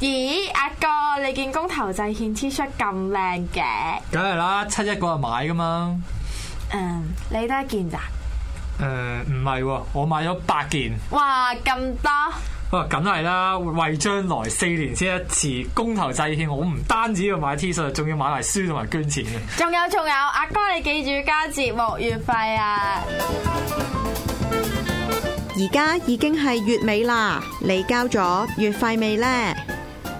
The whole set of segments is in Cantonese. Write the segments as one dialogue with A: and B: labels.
A: 咦，阿哥，你件公投制憲 T 恤咁靚嘅，
B: 梗係啦，七一嗰日買噶嘛。
A: 嗯，你得一件咋？
B: 誒唔係喎，我買咗八件。
A: 哇，咁多！
B: 哇，梗係啦，為將來四年先一次公投制憲，我唔單止要買 T 恤，仲要買埋書同埋捐錢嘅。
A: 仲有仲有，阿哥你記住交節目月費啊！
C: 而家已經係月尾啦，你交咗月費未呢？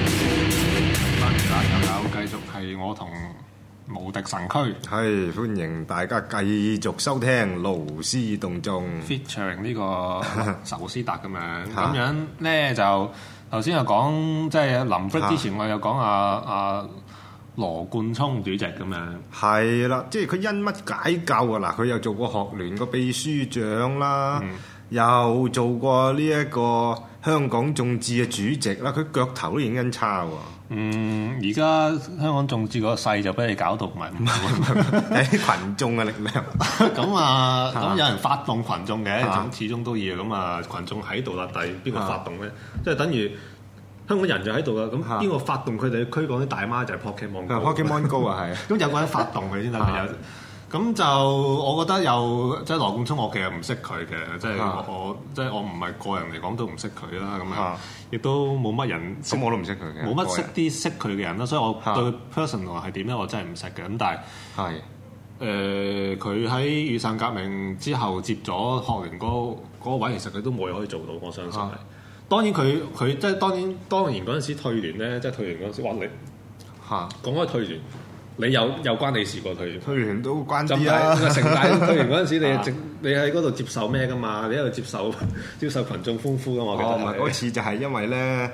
D: 翻嚟啦，又有繼續係我同無敵神區
E: 係歡迎大家繼續收聽勞師動眾。
D: featuring 呢個壽司達咁樣，
E: 嚇
D: 咁樣咧就頭先又講即係臨 break 之前，我有講阿阿羅冠聰主席咁樣，
E: 係啦，即係佢因乜解救啊？嗱，佢又做過學聯個秘書長啦，又做過呢一個香港眾志嘅主席啦，佢腳頭都已經因差喎。
D: 嗯，而家香港眾志嗰個勢就俾你搞到唔係咁 好
E: 係啲群眾嘅力量。
D: 咁啊，咁有人發動群眾嘅，
E: 啊
D: 咁始終都要咁啊，群眾喺度啦，但係邊個發動咧？即係等於香港人就喺度啦，咁
E: 啊
D: 邊個發動佢哋區港啲大媽就係 Pokemon Go
E: 啊 Pokemon Go 啊，係
D: 咁有個人發動佢先得嘅
E: 啊
D: 有。咁就我覺得又即係羅冠聰，我其實唔識佢嘅，即係
E: 啊
D: 我即係我唔係個人嚟講都唔識佢啦，咁樣
E: 啊
D: 亦都冇乜人識
E: 咁我都唔識佢嘅
D: 冇乜識啲識佢嘅人啦，所以我
E: 啊
D: 對 personal 係點咧，我真係唔識嘅。咁但係
E: 係
D: 誒佢喺雨傘革命之後接咗學聯嗰嗰位，其實佢都冇嘢可以做到，我相信係
E: 啊。
D: 當然佢佢即係當然當然嗰陣時退聯咧，即係退聯嗰陣時，哇！你
E: 嚇，
D: 講開退聯，你有有關你事過退聯？
E: 退聯都關
D: 浸
E: 啲啊
D: 大
E: 啦，
D: 成大退聯嗰陣時，你
E: 啊
D: 係直你喺嗰度接受咩噶嘛？你喺度接受 接受群眾歡呼噶嘛？我
E: 哦，唔
D: 記
E: 係
D: 得
E: 嗰
D: 係。
E: 次就係因為咧，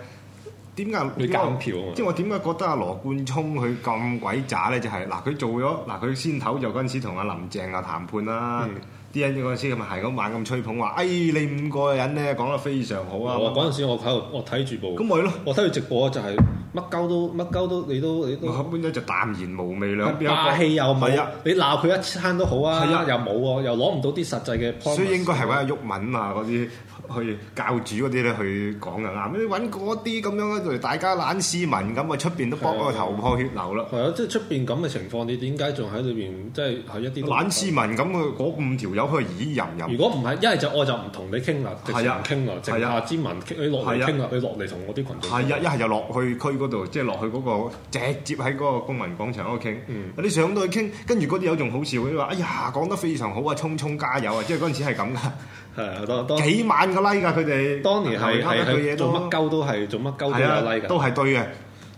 E: 點解
D: 你監票啊嘛
E: 即係我點解覺得阿羅冠聰佢咁鬼渣咧？就係、嗱，佢做咗嗱，佢先頭就嗰陣時同阿林鄭啊談判啦
D: 嗯，
E: 啲人嗰陣時咁係咁猛咁吹捧話，哎，你五個人咧講得非常好啊！
D: 我嗰陣時我喺度我睇住部，
E: 咁咪咯，
D: 我睇住直播就係乜鳩都乜鳩都你都你都。
E: 我根本就淡然無味兩邊一個
D: 霸氣又冇
E: 係啊，，
D: 你鬧佢一餐都好啊，
E: 係啊
D: 又冇喎，又攞唔到啲實際嘅 promise。
E: 所以應該係揾阿鬱文啊嗰啲去教主嗰啲咧去講嘅啱，你揾嗰啲咁樣咧，大家懶市民咁啊，出邊都搏個頭破血流啦。
D: 係啊，即係出邊咁嘅情況，你點解仲喺裏邊即係係一啲都唔
E: 懶市民咁佢嗰五條友佢咦吟
D: 如
E: 吟，
D: 果唔係，一係就我就唔同你傾啦，直情
E: 係
D: 唔
E: 啊
D: 傾啦，直
E: 係啊
D: 下之民傾，你落嚟
E: 係啊
D: 傾啦，你落嚟同我啲群眾。
E: 係啊，一係就落去區嗰度，即係落去嗰、個直接喺嗰個公民廣場嗰度傾。
D: 嗯
E: 你上到去傾，跟住嗰啲友仲好笑，佢話：哎呀，講得非常好啊，衝衝加油啊！即係嗰陣時係咁噶，
D: 係啊，當當
E: 幾萬個 like 啊噶佢哋。
D: 當年係
E: 頭頭
D: 係
E: 一句
D: 係
E: 嘢
D: 做
E: 都
D: 乜鳩都係做乜鳩都
E: 係
D: 有
E: 啊
D: like，
E: 都
D: 㗎。
E: 係對嘅。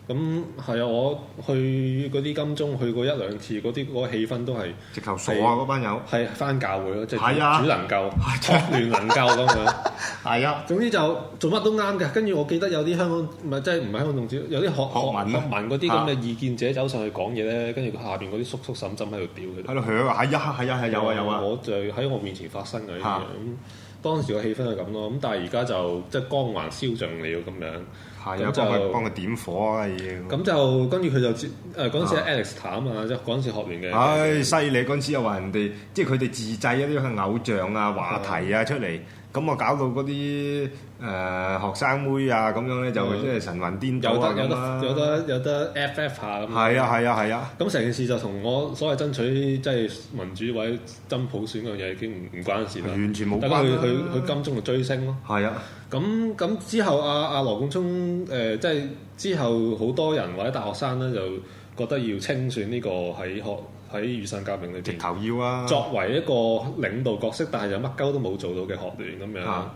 D: 咁係啊，我去嗰啲金鐘去過一兩次，嗰啲嗰個氣氛都係
E: 直頭傻啊嗰班友。
D: 係翻教會咯，即係
E: 係啊
D: 主主能夠、學聯能夠咁樣。
E: 係啊，
D: 總之就做乜都啱嘅。跟住我記得有啲香港唔係即係唔係香港同志，有啲學
E: 學民
D: 學
E: 啊
D: 學民嗰啲咁嘅意見者走上去講嘢咧，跟住佢下邊嗰啲叔叔嬸嬸喺度屌佢哋
E: 喺。度響啊，係啊，係啊，係有啊，有啊。
D: 我就喺我面前發生嘅呢啲嘢
E: 嚇
D: 咁。當時個氣氛係咁咯，咁但係而家就即係光環消盡了咁樣，
E: 係
D: 咁
E: 啊，
D: 就
E: 幫佢幫佢點火啊要。
D: 咁就跟住佢就知誒嗰陣時係 Alex 譚啊嘛，即係嗰陣時學聯嘅。
E: 唉，犀利！嗰陣時又話人哋，即係佢哋自製一啲偶像啊、話題啊出嚟，咁啊搞到嗰啲誒學生妹啊咁樣咧，就
D: 嗯
E: 即係神魂顛倒
D: 有
E: 啊
D: 得有
E: 咁啦
D: 得有得有得 FF 下咁。
E: 係啊係啊係啊，
D: 咁成件事就同我所謂爭取即係民主或者真普選嗰樣嘢已經唔唔關事啦，
E: 完全冇
D: 但
E: 關
D: 佢
E: 啦
D: 佢佢金鐘就追星咯。
E: 係啊，
D: 咁咁之後，阿、阿、羅冠聰誒、呃即係之後好多人或者大學生咧，就覺得要清算呢個喺學喺雨傘革命裏
E: 直
D: 邊，
E: 頭要啊，
D: 作為一個領導角色，但係又乜鳩都冇做到嘅學聯咁樣。
E: 啊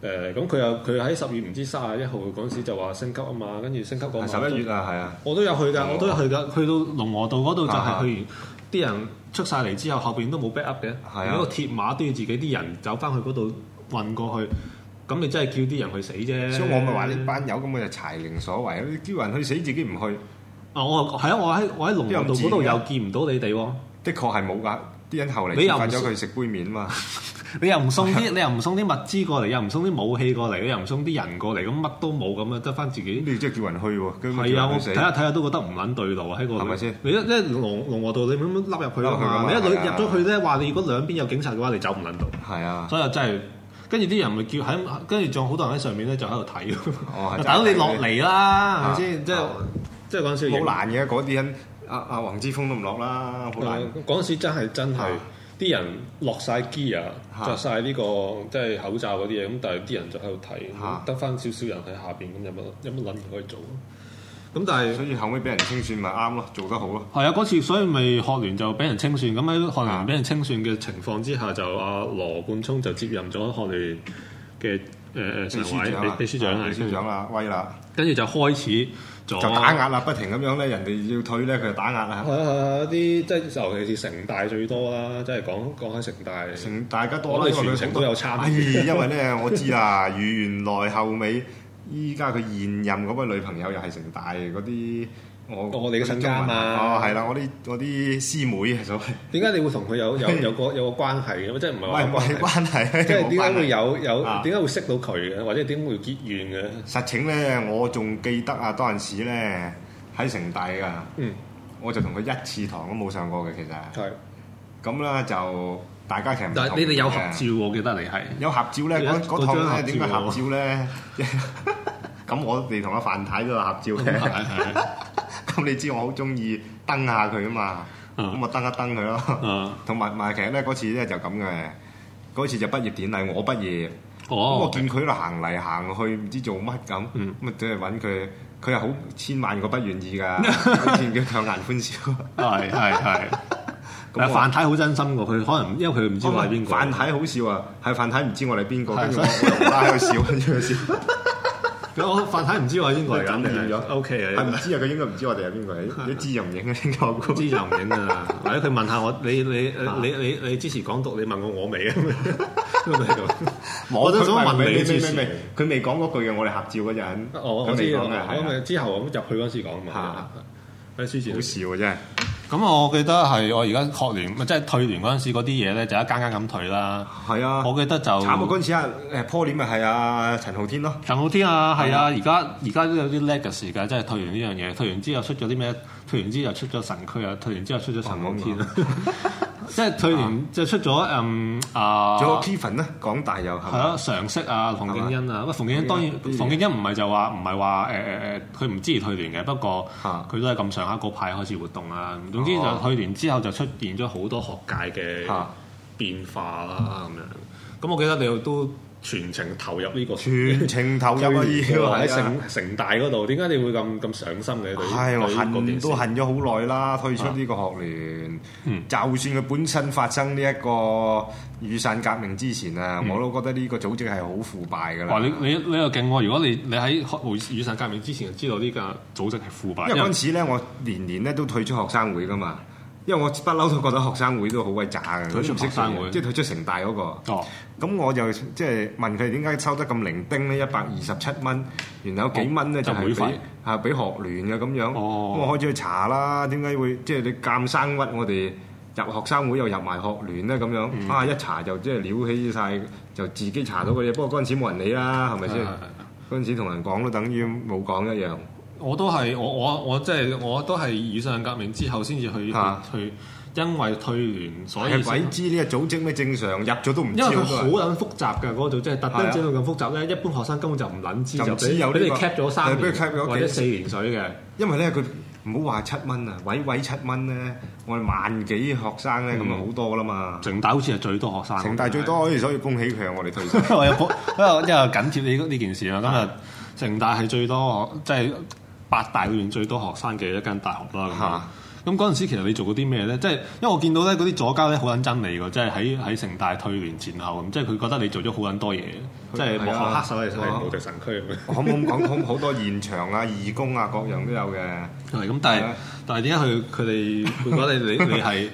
D: 誒咁佢又佢喺十月唔知三十一號嗰陣時就話升級啊嘛，跟住升級嗰晚
E: 十一月啊，係啊，
D: 我都有去㗎，我都有去㗎。去到龍和道嗰度就係去完啲人出晒嚟之後，後邊都冇 back up 嘅，
E: 係啊
D: 連嗰個鐵馬都要自己啲人走翻去嗰度運過去。咁你真係叫啲人去死啫。
E: 所以我咪話呢班友咁我就柴零所為，你叫人去死自己唔去，
D: 啊，我係啊，我喺我喺龍和道嗰度又見唔到你哋喎。
E: 的確係冇㗎。啲人後嚟
D: 你又唔
E: 發咗佢食杯麵啊嘛，
D: 你又唔送啲，你又唔送啲物資過嚟，又唔送啲武器過嚟，你又唔送啲人過嚟，咁乜都冇咁啊，得翻自己。
E: 你即係叫人去喎，跟住
D: 係啊，
E: 叫
D: 我
E: 人去
D: 睇
E: 死。
D: 下睇下都覺得唔撚對路啊！喺個
E: 係咪先
D: 你一一龍龍和道你咁樣笠入去啊嘛，你
E: 笠入去㗎嘛
D: 一入
E: 係啊
D: 入咗去咧，話你如果兩邊有警察嘅話，你走唔撚到。
E: 係啊，
D: 所以真係跟住啲人咪叫喺，跟住仲有好多人喺上面咧就喺度睇
E: 哦係，
D: 大佬你落嚟啦，係咪
E: 啊
D: 先？即係即係嗰陣時
E: 好難嘅嗰啲人，阿阿黃之峰都唔落啦，好難。
D: 誒嗰陣時真係真係
E: 啊
D: 啲人落晒 gear，
E: 啊
D: 着晒呢個即係口罩嗰啲嘢，咁但係啲人就喺度
E: 啊
D: 睇，得翻少少人喺下邊，咁有乜有乜撚嘢可以做？啊咁但係
E: 所以後尾俾人清算咪啱咯，做得好咯。
D: 係啊，嗰次所以咪學聯就俾人清算，咁喺學聯俾人清算嘅情況之下，就阿羅冠聰就接任咗學聯嘅誒
E: 秘
D: 誒常
E: 書
D: 委
E: 長啦，啊
D: 秘秘書長啊
E: 秘書長
D: 啦，
E: 啦，威啦，
D: 跟住就開始咗
E: 就打壓啦，不停咁樣咧，人哋要退咧，佢就打壓啦。
D: 係啊係啊，啲即係尤其是城大最多啦，即係講講喺城大。
E: 成大家多啦，
D: 我哋
E: 因為佢
D: 全程都有參與
E: 哎因為咧，我知啦， 原來後尾依家佢現任嗰位女朋友又係成大嗰啲。我
D: 我哋嘅身家嘛
E: 哦，係啦，我啲我啲師妹啊所謂，
D: 點解你會同佢有 有有個有個關係嘅？即係唔
E: 唔
D: 哦啊係話
E: 係唔係關係，
D: 即係點解
E: 冇關係
D: 會有有
E: 啊
D: 點解會識到佢嘅，或者點會結怨嘅？
E: 實情咧，我仲記得啊，當陣時咧喺城大㗎，
D: 嗯，
E: 我就同佢一次堂都冇上過嘅，其實。
D: 係。
E: 咁啦，就大家其實唔
D: 但係
E: 同
D: 你哋有
E: 嘅
D: 合照，我記得你係。
E: 有合照咧，
D: 有
E: 嗰
D: 一
E: 嗰
D: 嗰張
E: 趟
D: 合
E: 咧
D: 照
E: 點解合
D: 喎
E: 照咧？ 咁我哋同阿范太都有合照
D: 嗯係
E: 嘅。
D: 係
E: 咁你知我好中意登下佢啊嘛，
D: 嗯
E: 咁啊登一登佢咯。
D: 係。
E: 同埋埋其實咧嗰次咧就咁嘅，嗰次就畢業典禮，我畢業。咁
D: 哦
E: 我，見佢喺度行嚟行去，唔知做乜咁，
D: 嗯
E: 咁啊走去揾佢，佢又好千萬個不願意㗎， 佢見佢強顏歡笑。
D: 係係 係。但係
E: 我
D: 范太好真心喎，佢可能因為佢唔知我係邊個。
E: 范太好笑啊，係范太唔知我哋 邊個，
D: 係
E: 跟住我我無啦啦喺度笑，跟住佢 笑，
D: 我范太唔知我係邊個嚟㗎，
E: 佢
D: 定
E: 剪
D: 係
E: 咗
D: O K
E: 係唔
D: 啊？
E: 知啊，佢應該唔知我哋係邊 個，你知又唔影嘅應該我估
D: 唔知 就唔影啊，或者佢問下我，你你你你你支持港獨，你問我我 未啊？咁咪係咁我都想問
E: 佢
D: 你
E: 未
D: 支
E: 未未未
D: 持。
E: 佢未講嗰句嘅，我哋合照嗰陣，
D: 我我
E: 佢
D: 知
E: 未
D: 啊，
E: 講嘅，
D: 我
E: 係
D: 咪
E: 啊
D: 之後咁入去嗰時講嘛
E: 嚇。
D: 喺書展
E: 好笑啊真係。
D: 咁我記得係我而家學聯，即係退聯嗰陣時嗰啲嘢咧，就一間間咁退啦。
E: 係啊，
D: 我記得就
E: 慘啊！嗰陣時啊，誒 Poly 咪係啊陳浩天咯，
D: 陳浩天啊，係啊，而家而家都有啲 legacy 㗎，即係退完呢樣嘢，退完之後出咗啲咩？退完之後出咗神區啊，退完之後出咗陳浩天啊，
E: 哦
D: 即係退
E: 啊
D: 完就出咗嗯啊，
E: 仲有 Kevin 啦，港大又係
D: 係
E: 嘛
D: 啊，常識啊，馮敬欣啊，喂，馮敬
E: 馮敬欣
D: 欣當然，
E: 邊
D: 馮敬欣唔係就話唔係話誒誒誒，佢唔支持退聯嘅，不過
E: 啊
D: 佢都係咁上下嗰派開始活動啦。總之就
E: 哦
D: 退聯之後就出現咗好多學界嘅
E: 啊
D: 變化啦咁樣。咁我記得你都全程投入呢個
E: 全程投入啊要
D: 喺
E: 係啊。
D: 城城大嗰度，點解你會咁咁上心嘅？對於
E: 係，我
D: 對於嗰件
E: 恨
D: 事
E: 都恨咗好耐啦，退出呢個學聯。
D: 嗯
E: 就算佢本身發生呢一個雨傘革命之前啊，我都覺得呢個組織係好腐敗㗎啦。
D: 嗯哇！你你你又勁喎！如果你你喺雨傘革命之前就知道呢個組織係腐敗，
E: 因為
D: 因
E: 嗰
D: 為
E: 陣時咧，我年年咧都退出學生會㗎嘛。因為我不嬲都覺得學生會都好鬼渣嘅，
D: 退出
E: 佢都唔識
D: 學生
E: 做嘢
D: 會
E: 即係退出城大嗰個。
D: 哦，
E: 咁我就即係問佢點解收得咁零丁呢？一百二十七蚊，然後有幾蚊咧
D: 哦
E: 就
D: 就會
E: 係
D: 費
E: 俾啊俾學聯嘅咁樣。咁
D: 哦
E: 我開始去查啦，點解會即係你鑑生屈我哋入學生會又入埋學聯咧咁
D: 嗯
E: 樣？啊一查就即係撩起晒，就自己查到嘅嘢。不過嗰陣時冇人理啦，係咪
D: 嗯
E: 先
D: 係係係？
E: 嗰陣時同人講都等於冇講一樣。
D: 我都係我我我即係我都係雨傘革命之後先至去、
E: 嚇
D: 去，因為退聯所以
E: 係鬼知呢個組織咩正常，入咗都唔知
D: 因為佢
E: 好
D: 好
E: 多人。
D: 撚複雜㗎嗰個組織，特登
E: 係啊
D: 整到咁複雜咧，一般學生根本就唔撚知，
E: 就唔
D: 就
E: 知有
D: 俾俾
E: 呢
D: 你
E: 個
D: cap 咗三
E: 係俾
D: 年
E: 佢 cap 咗
D: 或者
E: 幾
D: 四年水嘅。
E: 因為咧佢唔好話七蚊啊，位位七蚊咧，我哋萬幾學生咧
D: 嗯
E: 咁啊好多啦嘛。
D: 城大好似係最多學生，
E: 城大最多，所以恭喜佢啊！我哋退晒。
D: 因為我 有報，因為因為緊貼你呢件事啦。咁啊，城大係最多學，即係八大裏面最多學生嘅一間大學啦。咁樣
E: 嚇
D: 咁嗰陣時，其實你做過啲咩咧？即係因為我見到咧，嗰啲左交咧好撚憎你㗎，即係喺喺城大退聯前後咁，即係佢覺得你做咗好撚多嘢，即係幕後黑手嚟，所以無敵神區咁樣。
E: 可唔可以講好好多現場啊、義工啊各樣都有嘅。
D: 係咁，但
E: 係
D: 係
E: 啊
D: 但係點解佢佢哋會覺得你你你係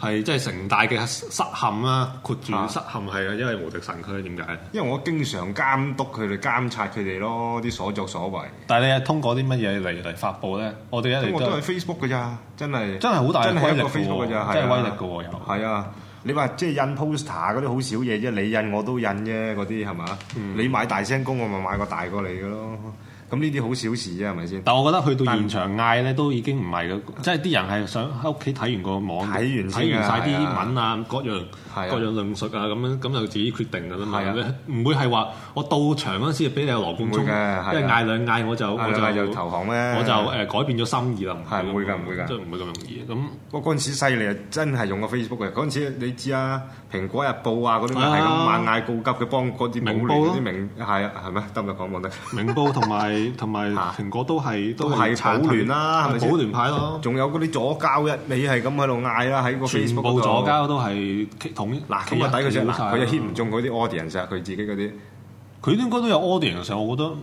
D: 係即係城大嘅失陷啦，括住
E: 啊
D: 失陷係啊，因為無敵神區點解？
E: 因為我經常監督佢哋、監察佢哋咯，啲所作所為。
D: 但係你係通過啲乜嘢嚟嚟發布咧？我哋一
E: 咁
D: 嚟
E: 我
D: 都
E: 都
D: 係
E: 係 Facebook 嘅咋，真係
D: 真係好大嘅
E: 真係一個
D: 威力㗎
E: Facebook
D: 喎
E: 嘅咋，
D: 真係
E: 啊
D: 威力㗎喎又
E: 係啊，你話即係印 poster 嗰啲好少嘢啫，你印我都印啫，嗰啲係嘛？
D: 嗯
E: 你買大聲公，我咪買個大過你嘅咯。咁呢啲好小事啫，係咪先？
D: 但我覺得去到現場嗌咧，都已經唔係嗰即係啲人係想喺屋企睇完個網，
E: 睇完先㗎
D: 睇完晒
E: 係啊
D: 啲文啊，各樣
E: 係啊
D: 各樣論述啊，咁樣咁就自己決定㗎啦嘛。
E: 係啊
D: 唔會係話我到場嗰陣時俾你有羅冠
E: 唔
D: 聰，
E: 會嘅係啊
D: 一嗌兩嗌我就
E: 係啊
D: 我
E: 嗌
D: 就
E: 就投降咩
D: 我就誒改變咗心意啦。
E: 係唔會㗎唔會㗎
D: 即係唔會咁容易。咁
E: 我嗰陣時犀利啊，真係用個 Facebook 嘅。嗰陣時你知啊，《蘋果日報》啊嗰啲咪係咁
D: 啊
E: 猛嗌告急嘅，幫嗰啲
D: 明
E: 保
D: 報
E: 聯
D: 咯
E: 嗰啲名係啊，係咩？得唔得講講得？
D: 明報同 埋同埋
E: 嚇
D: 蘋果都係
E: 啊都係
D: 撐
E: 保聯啦係咪先
D: 保聯派咯，
E: 仲有嗰啲左交一味係咁喺度嗌啦，喺個 Facebook
D: 全部
E: 嗰度
D: 左哎交都係統一
E: 嗱，咁啊抵佢啫，嗱佢又 hit 唔
D: 中。
E: 中嗰啲 audience 啊，佢自己嗰啲。
D: 佢應該都有 audience 嘅，我覺得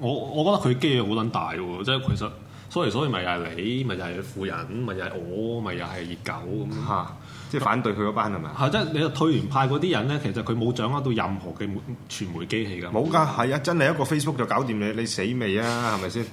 D: 我我覺得佢機好撚大喎，即係其實所以所以咪又係你，咪又係富人，咪又係我，咪又係熱狗咁。
E: 嚇，即係反對佢嗰班係咪啊？
D: 係即係你話退聯派嗰啲人咧，其實佢冇掌握到任何嘅傳媒機器㗎。
E: 冇㗎，係啊，真係一個 Facebook 就搞掂你，你死未啊？係咪先？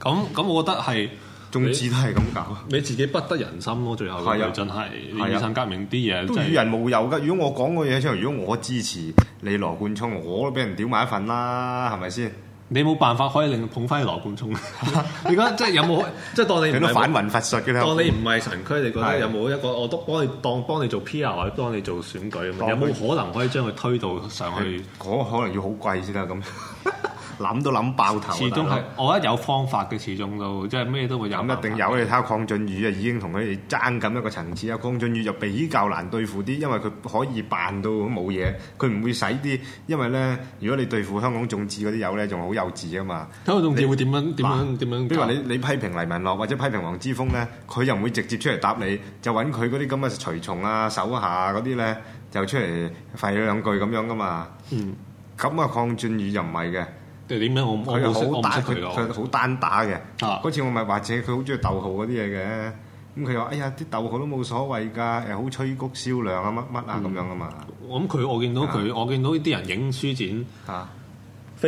D: 咁咁，我覺得係
E: 眾志都係咁搞，
D: 你自己不得人心咯。最後
E: 係啊
D: 佢真係你
E: 係啊
D: 雨傘革命啲嘢，
E: 都
D: 真
E: 與
D: 係
E: 人無尤㗎。如果我講個嘢出嚟，如果我支持你羅冠聰，我都俾人屌埋一份啦，係咪先？
D: 你冇辦法可以令捧翻羅冠聰。 你覺得即係有冇即係當你
E: 佢
D: 唔
E: 都
D: 係
E: 反魂佛術㗎啦。
D: 當你唔係神區，你覺
E: 係
D: 得有冇一個我都幫你當幫你做 PR 或者幫你做選舉咁
E: 當
D: 樣？有
E: 佢
D: 冇可能可以將佢推到上去？
E: 嗰可能要好貴先得咁， 諗都諗爆頭啊。
D: 始終
E: 大佬
D: 係，我覺得有方法嘅，始終都即係咩都會有。
E: 咁一定有，你睇下邝俊宇啊，已經同佢哋爭緊一個層次啊。邝俊宇就比較難對付啲，因為佢可以扮到冇嘢，佢唔會使啲。因為咧，如果你對付香港眾志嗰啲友咧，仲好幼稚啊嘛。
D: 睇佢仲會點樣點
E: 嗱
D: 樣點樣？
E: 比如話你你批評黎文樂或者批評黃之鋒咧，佢又唔會直接出嚟答你，就揾佢嗰啲咁嘅隨從啊、手下嗰啲咧，就出嚟廢兩句咁樣噶嘛。
D: 嗯，
E: 咁啊，邝俊宇就唔係嘅。
D: 即係點樣？我我
E: 佢又
D: 冇識，
E: 好
D: 我唔
E: 單
D: 識
E: 佢
D: 佢
E: 佢
D: 㗎。
E: 好單打嘅。
D: 啊
E: 嗰、次我咪話者佢好中意逗號嗰啲嘢嘅，咁佢又話：哎呀，啲逗號都冇所謂㗎，誒好催谷銷量啊，乜乜啊咁
D: 嗯
E: 樣啊嘛。
D: 我諗佢，我見到
E: 啊
D: 佢，我見到啲人影書展
E: 嚇，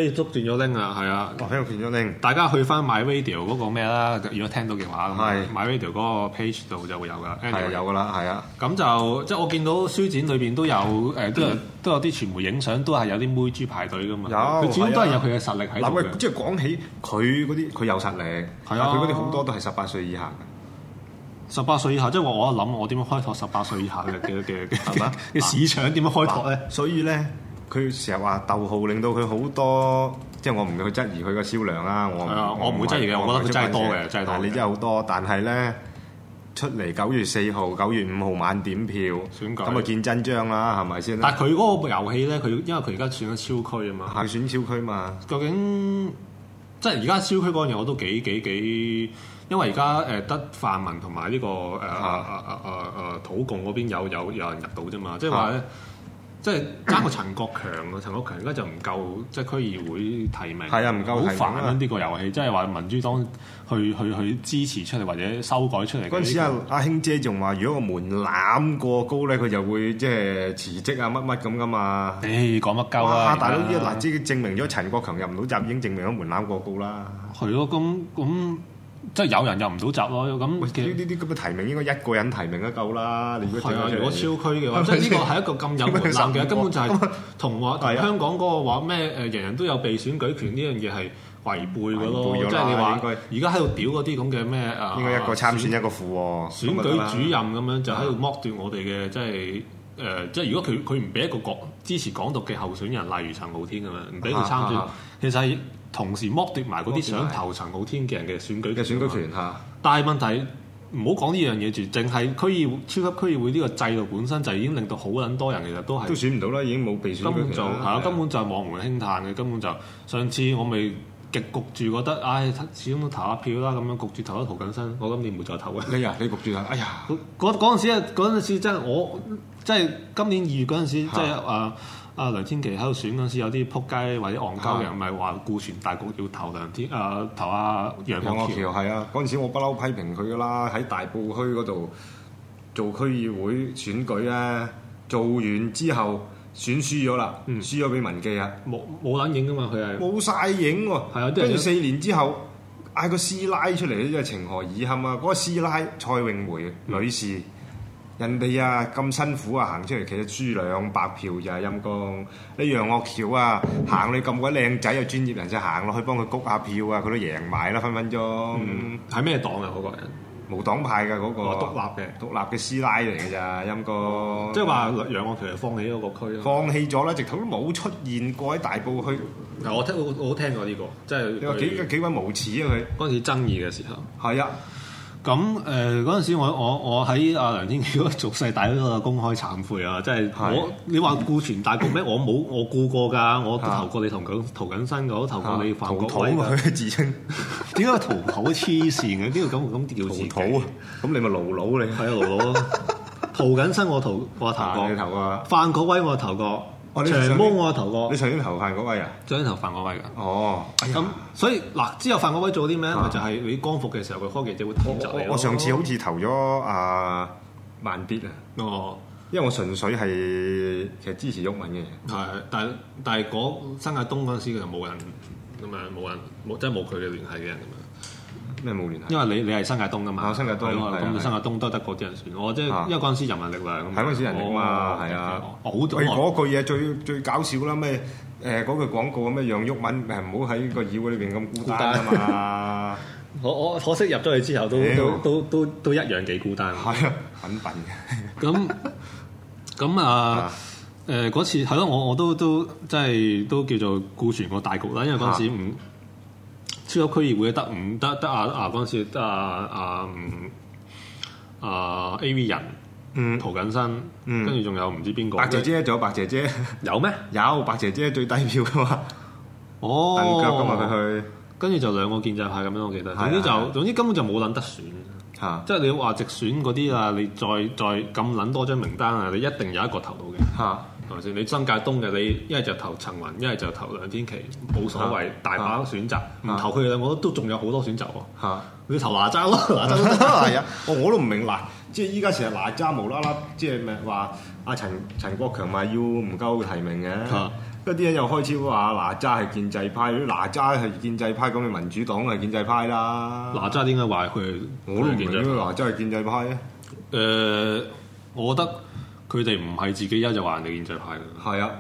D: ，Facebook 斷咗拎啊，係啊。
E: 我喺度見咗拎，
D: 大家去翻 My Radio 嗰個咩啦？如果聽到嘅話，
E: 係
D: 咁啊 My Radio 嗰個 page 度就會有㗎。
E: 係啊
D: anyway
E: 有㗎啦，係啊，
D: 咁就即係我見到書展裏邊都有誒、都有都有啲傳媒影相，都係有啲妹豬排隊噶嘛。
E: 嗯有
D: 佢始終都係
E: 係
D: 有
E: 啊
D: 佢嘅實力喺
E: 嗱
D: 度
E: 喂，
D: 嘅。啊
E: 即係講起佢嗰啲，佢有實力，但佢嗰啲好多都係十八歲以下嘅，
D: 十八歲以下，即係我我諗我點樣開拓十八歲以下嘅嘅嘅
E: 係嘛
D: 嘅嘅市場點樣開拓咧？
E: 所以咧，佢成日話逗號令到佢好多。即係我唔會去質疑佢嘅銷量啊！我
D: 係啊我唔會質疑嘅我覺得佢真係多嘅真係多嘅
E: 你真係好多，但係咧出嚟九月四號、九月五號晚點票，
D: 選舉
E: 咁啊見真章啦，係咪先啦
D: 但？係佢嗰個遊戲咧，佢因為佢而家選咗超區啊嘛，
E: 下選小區嘛，
D: 究竟即係而家超區嗰樣嘢我都幾幾幾，因為而家誒得泛民同埋呢個誒誒誒
E: 啊
D: 啊誒誒啊土共嗰邊有有有人入到啫
E: 啊
D: 嘛，即係話咧。即係爭個陳國強啊！陳國強而家就唔夠，即係區議會提名
E: 係啊唔夠提
D: 好
E: 名
D: 煩
E: 啊
D: 啊！呢個遊戲即係話民主黨去去去支持出嚟或者修改出嚟嘅呢個。
E: 嗰陣時啊阿阿興姐仲話，如果個門檻過高咧，佢就會即係辭職啊乜乜咁噶嘛。
D: 誒講乜鳩
E: 哇！
D: 啊！
E: 大佬呢
D: 而家
E: 嗱，即係證明咗陳國強入唔到閘，已經證明咗門檻過高啦。
D: 係咯，咁咁即係有人入唔到閘咯。咁
E: 喂，
D: 其實
E: 呢呢啲咁嘅提名應該一個人提名都夠啦。你如果
D: 係
E: 整
D: 啊，
E: 咗出嚟
D: 如果超區嘅話，
E: 係
D: 即
E: 咪
D: 係呢個係一個咁有門檻嘅，
E: 先
D: 根本就係同話同
E: 係啊
D: 香港嗰個話咩誒，人人都有被選舉權呢樣嘢係違背嘅咯。
E: 違背咗啦
D: 即係你話而
E: 應
D: 家喺度屌嗰啲咁嘅咩誒，
E: 應該一個參選一個副喎，
D: 選
E: 咁啊
D: 舉
E: 就得啦
D: 主任咁樣就喺度剝奪我哋嘅即係。誒、即係如果佢佢唔俾一個港支持港獨嘅候選人，例如陳浩天咁樣，唔俾佢參
E: 啊啊
D: 選
E: 啊，
D: 其實係同時剝奪埋嗰啲
E: 剝奪埋
D: 想投陳浩天嘅人嘅選舉
E: 嘅選
D: 啊
E: 舉
D: 嘛
E: 權嚇。
D: 但係問題唔好講呢樣嘢住，淨係區議會超級區議會呢個制度本身就已經令到好撚多人其實都
E: 都
D: 係
E: 選唔到啦，已經冇被選
D: 根
E: 舉
D: 本就
E: 權
D: 係
E: 啦
D: 啊，根本就係望門興嘆嘅，根本就上次我咪極焗住覺得，唉，始終都投下票啦，咁樣焗住投咗陶錦新，我今年唔會再投嘅。
E: 你啊，你焗住啊，哎呀，
D: 嗰嗰嗰陣時啊，嗰陣時真係我即係今年二月嗰陣時，即係啊啊梁天琦喺度選嗰陣時，有啲撲街或者戇鳩嘅人咪話顧全大局要投梁天啊投阿楊岳
E: 楊岳
D: 橋
E: 橋。係啊，嗰陣時我不嬲批評佢噶啦，喺大埔區嗰度做區議會選舉咧，做完之後選輸咗啦，
D: 嗯
E: 輸咗俾文記啊，
D: 冇冇撚影噶嘛，佢係
E: 冇晒影
D: 係啊啲
E: 喎，
D: 人
E: 跟住
D: 都
E: 四年之後嗌個師奶出嚟，真係情何以堪啊！嗰個師奶蔡永
D: 嗯
E: 梅女士。人哋啊咁辛苦啊行出嚟，其實輸兩百票咋陰公。你楊岳橋啊行你咁鬼靚仔啊，專業人士行落去幫佢谷下票啊，佢都贏埋啦分分鐘。
D: 係咩黨啊？嗰個人，
E: 無黨派嘅嗰、個
D: 哦獨立嘅
E: 獨立嘅師奶嚟嘅咋陰公，
D: 即係話楊岳橋係放棄嗰個區咯。
E: 放棄咗啦，直頭都冇出現過喺大埔區，
D: 嗱，哦我聽我我好聽過呢個，即係
E: 你話幾
D: 佢
E: 幾鬼無恥啊
D: 嗰陣時爭議嘅時候。
E: 佢，係啊，
D: 咁誒嗰陣時我，我我喺阿梁天琦嗰個 俗世大嗰度公開懺悔啊！即係
E: 係
D: 我你話顧全大局咩？我冇我顧過㗎，我投過你同緊陶緊新嗰，投過你
E: 陶
D: 范國
E: 土
D: 威
E: 啊嘛
D: 㗎。
E: 佢自稱
D: 點解陶土黐線嘅？邊度咁咁叫自己？
E: 陶土啊，咁你咪勞佬你，
D: 係啊，盧佬咯。陶緊新我投我投
E: 啊
D: 過，
E: 你投啊
D: 范國威我投過，
E: 哦你
D: 長
E: 上
D: 毛
E: 邊
D: 我投過
E: 你，上先投范嗰位啊，
D: 張頭范國威㗎。
E: 哦，哎呀
D: 咁所以嗱，之後范國威做啲咩？咪就係你光復嘅時候，佢科技就會
E: 我
D: 天襲你
E: 我
D: 咯
E: 我上次好似投咗啊萬必啊，
D: 哦，
E: 因為我純粹係其實支持鬱文嘅，
D: 係，但係但係嗰新界東嗰陣時，佢就冇人咁樣，冇人冇即係冇佢嘅聯繫嘅人咁
E: 咩冇聯繫，
D: 樣。因為你你係新界東噶嘛，
E: 啊新界東
D: 係咯
E: 係啊
D: 咁
E: 係
D: 你
E: 啊
D: 新界東都係得嗰啲人選。我即係
E: 啊
D: 因為嗰陣時人民力量，哦
E: 係嗰陣時人嚟㗎嘛，係啊，
D: 我好
E: 喂
D: 我
E: 嗰句嘢最最搞笑啦咩？誒嗰句廣告咩讓鬱文誒唔好喺個議會裏邊咁孤單啊嘛，
D: 我我可惜入咗去之後，都都
E: 屌
D: 都都都一樣幾孤單。
E: 係啊，很笨嘅，
D: 咁咁啊
E: 啊
D: 誒嗰次係咯，我我都都即係都叫做顧全個大局啦，因為嗰陣時
E: 啊
D: 五超級區議會得五得得啊啊嗰陣時得啊啊嗯啊 A V 人
E: 嗯，
D: 陶緊新，
E: 嗯
D: 跟住仲有唔知邊個
E: 白姐姐仲有白姐姐，
D: 有咩？
E: 有白姐姐最低票噶嘛，
D: 哦，
E: 蹬腳噶嘛佢
D: 跟住就兩個建制派咁樣，我記得。
E: 係啊
D: 總之
E: 係
D: 就
E: 啊
D: 總之根本就冇撚得選。
E: 去嚇
D: 即係你話直選嗰啲啊，你再再咁撚多張名單啊，你一定有一個投到嘅。
E: 嚇，
D: 係咪先？你新界東嘅你一係就投陳雲，一係就投梁天琦，冇所謂，
E: 啊
D: 大把選擇。唔投佢哋兩個都仲有好多選擇喎。
E: 嚇
D: 你投哪吒咯，哪吒都得。
E: 係啊，我我都唔明嗱，即係依家成日哪吒無啦啦，即係咪話阿陳陳國強話要唔夠提名嘅
D: 啊，
E: 嗰啲人又開始話哪吒係建制派，如果哪吒係建制派，咁你民主黨係建制派啦。
D: 哪吒點解話佢
E: 我都唔明啊
D: 見
E: 點解哪吒係建制派咧？
D: 誒，我覺得佢哋唔係自己一就話人哋建制派嘅。
E: 係啊，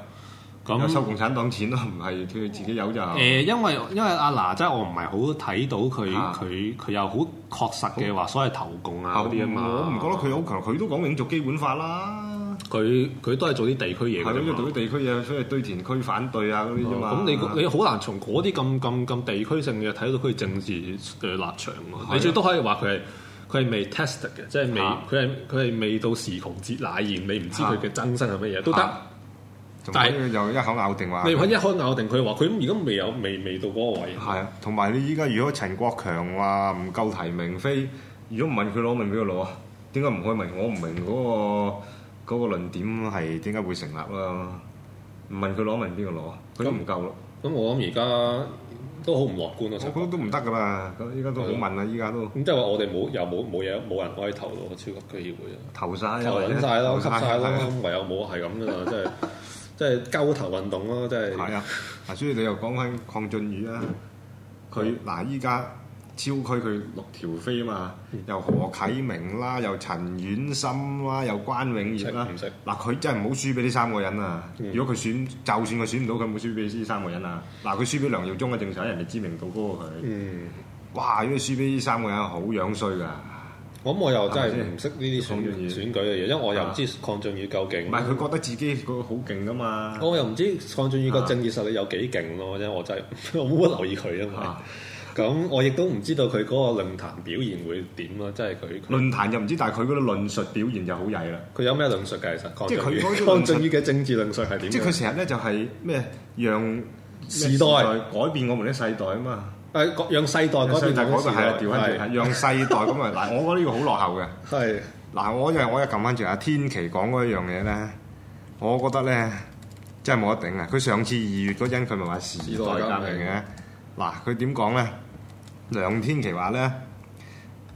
E: 咁收
D: 咁
E: 共產黨錢咯，唔係佢自己有就
D: 誒、因為因為阿哪吒，我唔係好睇到佢
E: 啊
D: 佢佢又好確實嘅話，所謂投共啊
E: 我
D: 嗰啲啊嘛。
E: 唔覺得佢好強，佢都講永續基本法啦，
D: 佢佢都係做啲地區嘢嘅
E: 係咯，
D: 啫
E: 因為對
D: 嘛
E: 啲地區嘢，所以堆填區反對啊嗰啲啫嘛。
D: 哦咁你你好難從嗰啲咁咁咁地區性嘅睇到佢政治呃嘅立場喎。你最多可以話佢係佢係未 test 嘅，即係未
E: 啊
D: 佢係佢係未到時窮節乃現，你唔知佢嘅真身係乜嘢都得
E: 啊。仲
D: 但係
E: 可以又一口咬定話
D: 你唔可以一開咬定佢話佢咁而家未有未未到嗰個位。
E: 係啊，同埋你依家如果陳國強話唔夠提名飛，如果唔問佢攞，問邊個攞啊？點解唔可以問？我唔明嗰、個嗰、個論點係點解會成立啦？唔問佢攞，問邊個攞啊？佢都唔夠咯，
D: 咁我諗而家都好唔樂觀咯。實
E: 我覺得都唔得噶啦，咁依家都好問啦，依家都
D: 咁即係話我哋冇又冇冇嘢冇人可以投到個超級區議會啊！
E: 投晒啊，
D: 投撚晒咯，吸晒咯
E: 係啊，
D: 咁唯有冇係咁噶啦，即係即係鳩頭運動咯，即係
E: 啊係啊，嗱，所以你又講翻邝俊宇啊，佢嗱依家超區佢六條飛嘛，
D: 嗯
E: 又何啟明啦，又陳婉心啦，又關永業啦
D: 唔識唔識，嗯
E: 嗱佢真係唔好輸俾呢三個人啊！如果佢選，就算佢選唔到，佢冇輸俾呢三個人啊！嗱，佢輸俾梁耀忠嘅啊正常，人哋知名度高過佢。
D: 嗯，
E: 哇！如果輸俾呢三個人，好樣衰㗎。
D: 咁我又真
E: 係咪
D: 係
E: 先
D: 唔識呢啲選
E: 鄺俊宇
D: 選舉嘅嘢，因為我又唔知邝俊宇究
E: 啊唔
D: 竟，
E: 係佢覺得自己佢好勁㗎嘛。
D: 我又唔知邝俊宇
E: 啊
D: 個政治實力有幾勁咯，因為我真係 我冇乜留意佢啊
E: 啊
D: 嘛。咁我亦都唔知道佢嗰個論壇表現會點啦，即係佢佢
E: 論壇就唔知，但係佢嗰啲論述表現就好曳啦。
D: 佢有咩論述嘅其實？
E: 即 係佢嗰啲論述
D: 邝俊宇嘅政治論述係點嘅？
E: 即係佢成日咧就係咩讓
D: 時代
E: 改變我們的世代啊嘛，
D: 誒各讓世代
E: 世
D: 嗰
E: 代
D: 邊
E: 改變
D: 嗰
E: 係啊，調翻
D: 係
E: 轉係讓世代咁啊！嗱，我覺得呢個好落後嘅。
D: 係
E: 嗱，我就我又撳翻住阿天琪講嗰一樣嘢咧，我覺得咧真係冇得頂啊！佢上次二月嗰陣，佢咪話時代革命
D: 時
E: 嘅
D: 代。
E: 嗱，佢點講咧？梁天琪話咧。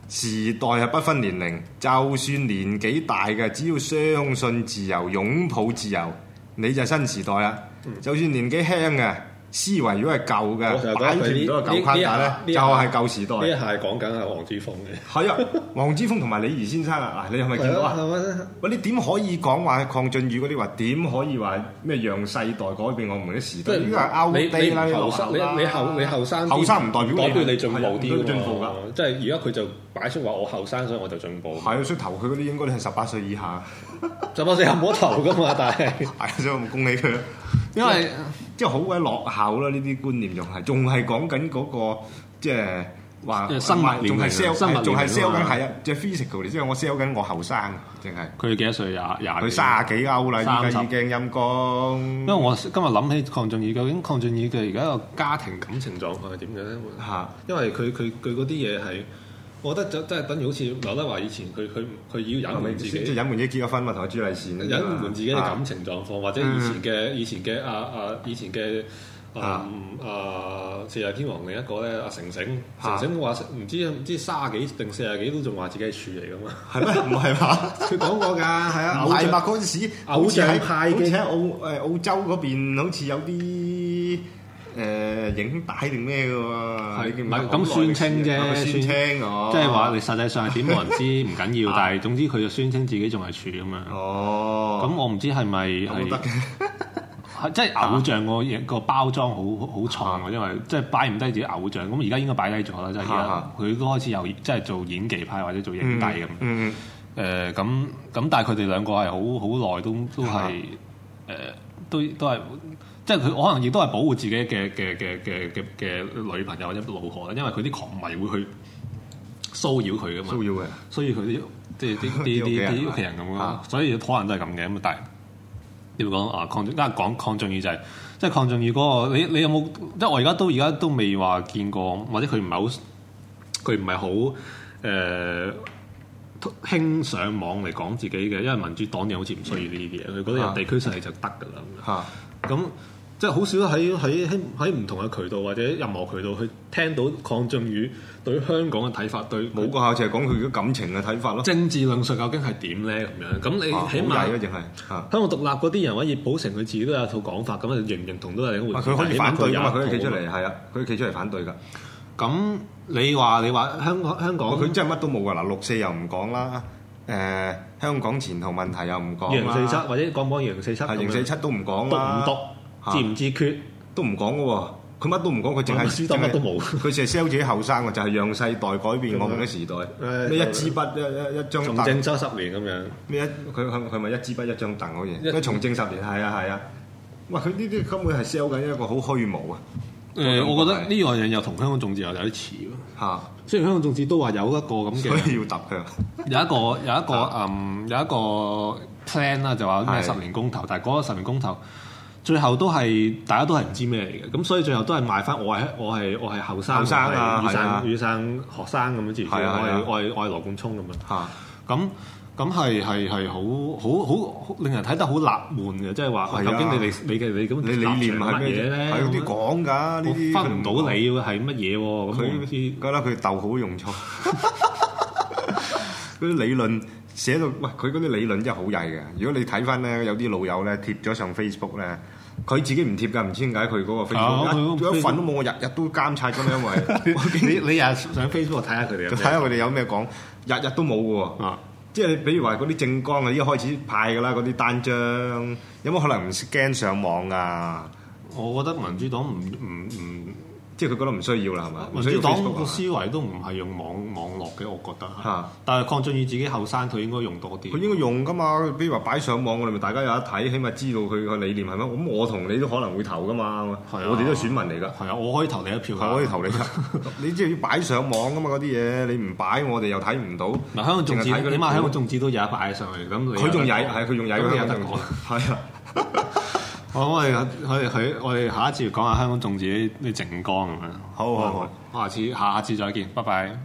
E: 時代係不分年齡，就算年紀大嘅，只要相信自由、擁抱自由，你就係新時代啦。就算年紀輕嘅，思維如果係舊
D: 嗯我成日
E: 嘅，
D: 覺得
E: 擺脱
D: 佢
E: 唔
D: 呢
E: 到個舊框架咧
D: 呢，呢
E: 就係舊時代。
D: 呢一下係講緊係黃之鋒嘅，
E: 係啊，黃之鋒同埋李儀先生啊，嗱，你係咪見到啊？
D: 係啊
E: 喂，你點可以講話邝俊宇嗰啲話？點可以話咩讓世代改變我們嘅時
D: 即
E: 代？
D: 係
E: 呢個係 out
D: 你
E: day 啦，
D: 你
E: 呢個
D: 後生，
E: 落後啦
D: 你你後你後生啲
E: 後生唔代表你
D: 代表你進步
E: 係啊唔代表
D: 啲
E: 進步㗎
D: 㗎，即係而家佢就擺出話我後生，所以我就進步。
E: 係啊，所以投佢嗰啲應該係十八歲以下，
D: 就我成日冇得投㗎嘛，但係
E: 係啊，所以我恭喜佢。因為即係好鬼落後啦，呢啲觀念仲係仲係講緊嗰個即係話
D: 即係生物年齡啊
E: 仲係 sell，
D: 生物年齡啊
E: 仲係 sell 緊
D: 嘛
E: 係啊，即係 physical 即係我 sell 緊我後生，淨係
D: 佢幾多歲廿廿
E: 佢卅幾歐啦，依家
D: 30
E: 已經陰公。
D: 因為我今日諗起邝俊宇，究竟邝俊宇嘅而家個家庭感情狀況係點嘅咧？
E: 嚇
D: 因為佢佢佢嗰啲嘢係，我覺得就真係等於好似劉德華以前，佢佢佢要隱瞞自己，
E: 即係隱瞞自己結咗婚嘛，同阿朱麗倩啊
D: 隱瞞自己嘅感情狀況，或者以前嘅以前嘅啊啊以前嘅
E: 啊
D: 啊啊四大天王另一個咧，阿成成
E: 啊
D: 成成話唔知唔知卅幾定四廿幾都仲話自己係處嚟噶嘛？
E: 係咩？唔係嘛？
D: 佢講過㗎，係
E: 係
D: 啊，
E: 啊，
D: 偶
E: 係嘛？
D: 像
E: 嗰陣時
D: 偶像
E: 好似喺
D: 派嘅
E: 好似喺澳誒澳洲嗰邊，好似有啲誒影帶定咩嘅喎？
D: 係
E: 你記唔記
D: 唔
E: 得
D: 係咁
E: 好耐
D: 宣稱啫
E: 歷史啊宣稱哦，
D: 即係話你實際上係點冇人知，唔緊 要，但係總之佢就宣稱自己仲係處咁樣。咁
E: 哦，
D: 我唔知係咪
E: 咁得
D: 係
E: 嘅，
D: 係即係偶像個嘢個包裝好好重啊，因為即係擺唔低自己偶像。咁而家應該擺低咗啦，即係而
E: 啊
D: 家佢都開始有即係做演技派或者做影帝咁。
E: 嗯，啊
D: 誒咁咁，但係佢哋兩個係好好耐都都係誒都都係，即係佢可能亦都係保護自己嘅嘅嘅嘅嘅嘅女朋友或者老婆啦，因為佢啲狂迷會去騷擾佢噶嘛，
E: 騷擾嘅
D: 所以佢啲即係啲
E: 啲
D: 啲
E: 屋企
D: 啲
E: 人
D: 啲屋企人咁
E: 啊
D: 咯，所以可能都係咁嘅咁啊，但係。你會講啊，邝俊，啱講邝俊宇就係、即係邝俊宇嗰、個，你你有冇？即係我而家都而家都未話見過，或者佢唔係好，佢唔係好誒。呃興上網嚟講自己嘅，因為民主黨人好似唔需要呢啲嘢，佢覺得有地區勢力就得㗎啦。咁樣
E: 嚇
D: 咁即係好少喺喺喺喺唔同嘅渠道或者任何渠道去聽到邝俊宇對香港嘅睇法，對
E: 冇個下就係講佢嘅感情嘅睇法咯。
D: 政治論述究竟係點咧？咁樣咁你
E: 啊好
D: 起
E: 曳啊，
D: 碼
E: 淨係嚇。
D: 香港獨立嗰啲人或者葉寶成佢自己都有一套講法，咁你認唔認同都係另一回
E: 啊
D: 事。
E: 佢可以反對㗎嘛，
D: 但
E: 佢
D: 係
E: 企
D: 起碼
E: 出
D: 有一套
E: 嚟係啊，佢企出嚟反對㗎。
D: 啊嘛。咁你話你話香港香港
E: 哦佢真係乜都冇㗎嗱，六四又唔講啦，誒香港前途問題又唔
D: 二
E: 講
D: 零
E: 啦，啊
D: 四七啊或者講唔講二零四七咁樣？
E: 係零四七都唔講
D: 讀唔
E: 啦，
D: 讀、
E: 啊
D: 自唔自決？
E: 都唔講嘅喎，佢乜都唔講，佢淨係
D: 書當乜都冇
E: 淨係佢淨係 sell 自己後生喎，就係讓世代改變我們嘅時代
D: 唉。
E: 咩一支筆一一一張
D: 重
E: 凳
D: 政，收十年咁樣，
E: 咩一佢佢佢咪一支筆一張凳嗰嘢，
D: 一
E: 佢從政十年係啊係啊，哇！佢呢啲根本係 sell 緊一個好虛無啊
D: 誒、我覺得呢樣嘢又同香港眾志又有啲似喎。
E: 嚇，
D: 雖然香港眾志都話有一個咁嘅，
E: 所以要揼佢。
D: 有一個有一個嗯有一個 plan 啦，就話咩
E: 啊係
D: 十年公投，但係嗰個十年公投最後都係大家都係唔知咩嚟嘅，咁所以最後都係賣翻我係我係我係後生，
E: 後生啊
D: 我係雨
E: 係啊
D: 傘雨傘學生咁樣，之類
E: 係啊係啊
D: 我係我係我係羅冠聰咁樣。
E: 嚇，
D: 咁咁係係係好好好好令人睇得好納悶嘅，即係話
E: 係啊
D: 究竟你哋你嘅你咁
E: 你理念係咩
D: 嘢咧？
E: 啫？係啊有啲講㗎，呢
D: 我
E: 啲
D: 分唔到你喎係乜嘢喎？咁
E: 佢
D: 好似
E: 覺得佢鬥好用錯，嗰啲理論寫到喂，佢嗰啲理論真係好曳嘅。如果你睇翻咧，有啲老友咧貼咗上 Facebook 咧，佢自己唔貼㗎，唔知點解佢嗰個
D: 啊佢
E: Facebook
D: 嗰個
E: 一一份都冇，我日日都監察咁樣，因為我
D: 你你日上 Facebook 睇下佢哋有咩
E: 睇下佢哋有咩講，日日都冇嘅喎
D: 啊。
E: 即係你比如話嗰啲政綱啊，已經開始派㗎啦，嗰啲單張有冇可能唔 scan 上網㗎？
D: 我覺得民主黨唔唔唔，
E: 即係佢覺得唔需要啦，係嘛？唔
D: 民
E: 需
D: 主
E: 要
D: 黨
E: Facebook
D: 個
E: 啊
D: 思維都唔係用網網絡嘅，我覺得係
E: 嚇。
D: 但係邝俊宇自己後生，佢應該用多啲。
E: 佢應該用㗎嘛，比如話擺上網，我哋咪大家有得睇，起碼知道佢個理念係乜。咁我同你都可能會投㗎嘛，
D: 係啊
E: 我哋都係選民嚟㗎。
D: 係啊，我可以投你一票㗎。
E: 係可以投你 㗎，你即係要擺上網㗎嘛嗰啲嘢，你唔擺我哋又睇唔到。
D: 嗱，香港眾志，
E: 淨係睇嗰啲
D: 起碼香港眾志都有一擺上去，咁你
E: 佢仲
D: 有得
E: 曳，
D: 講
E: 係佢仲曳
D: 咁
E: 過
D: 你有
E: 香
D: 得
E: 港眾
D: 講
E: 志。係啊，
D: 好，我哋我哋佢我哋下一次講下香港眾志啲啲政綱咁樣。
E: 好好好，
D: 我下次下下次再見，拜拜。